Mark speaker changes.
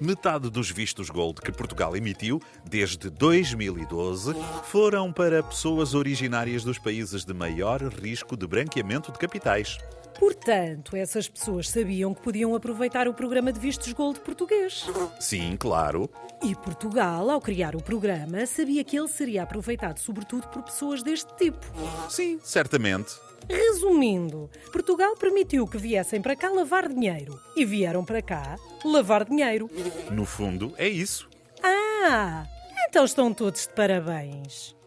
Speaker 1: Metade dos vistos gold que Portugal emitiu desde 2012 foram para pessoas originárias dos países de maior risco de branqueamento de capitais.
Speaker 2: Portanto, essas pessoas sabiam que podiam aproveitar o programa de vistos gold português.
Speaker 1: Sim, claro.
Speaker 2: E Portugal, ao criar o programa, sabia que ele seria aproveitado sobretudo por pessoas deste tipo.
Speaker 1: Sim, certamente.
Speaker 2: Resumindo, Portugal permitiu que viessem para cá lavar dinheiro e vieram para cá lavar dinheiro.
Speaker 1: No fundo, é isso.
Speaker 2: Ah, então estão todos de parabéns.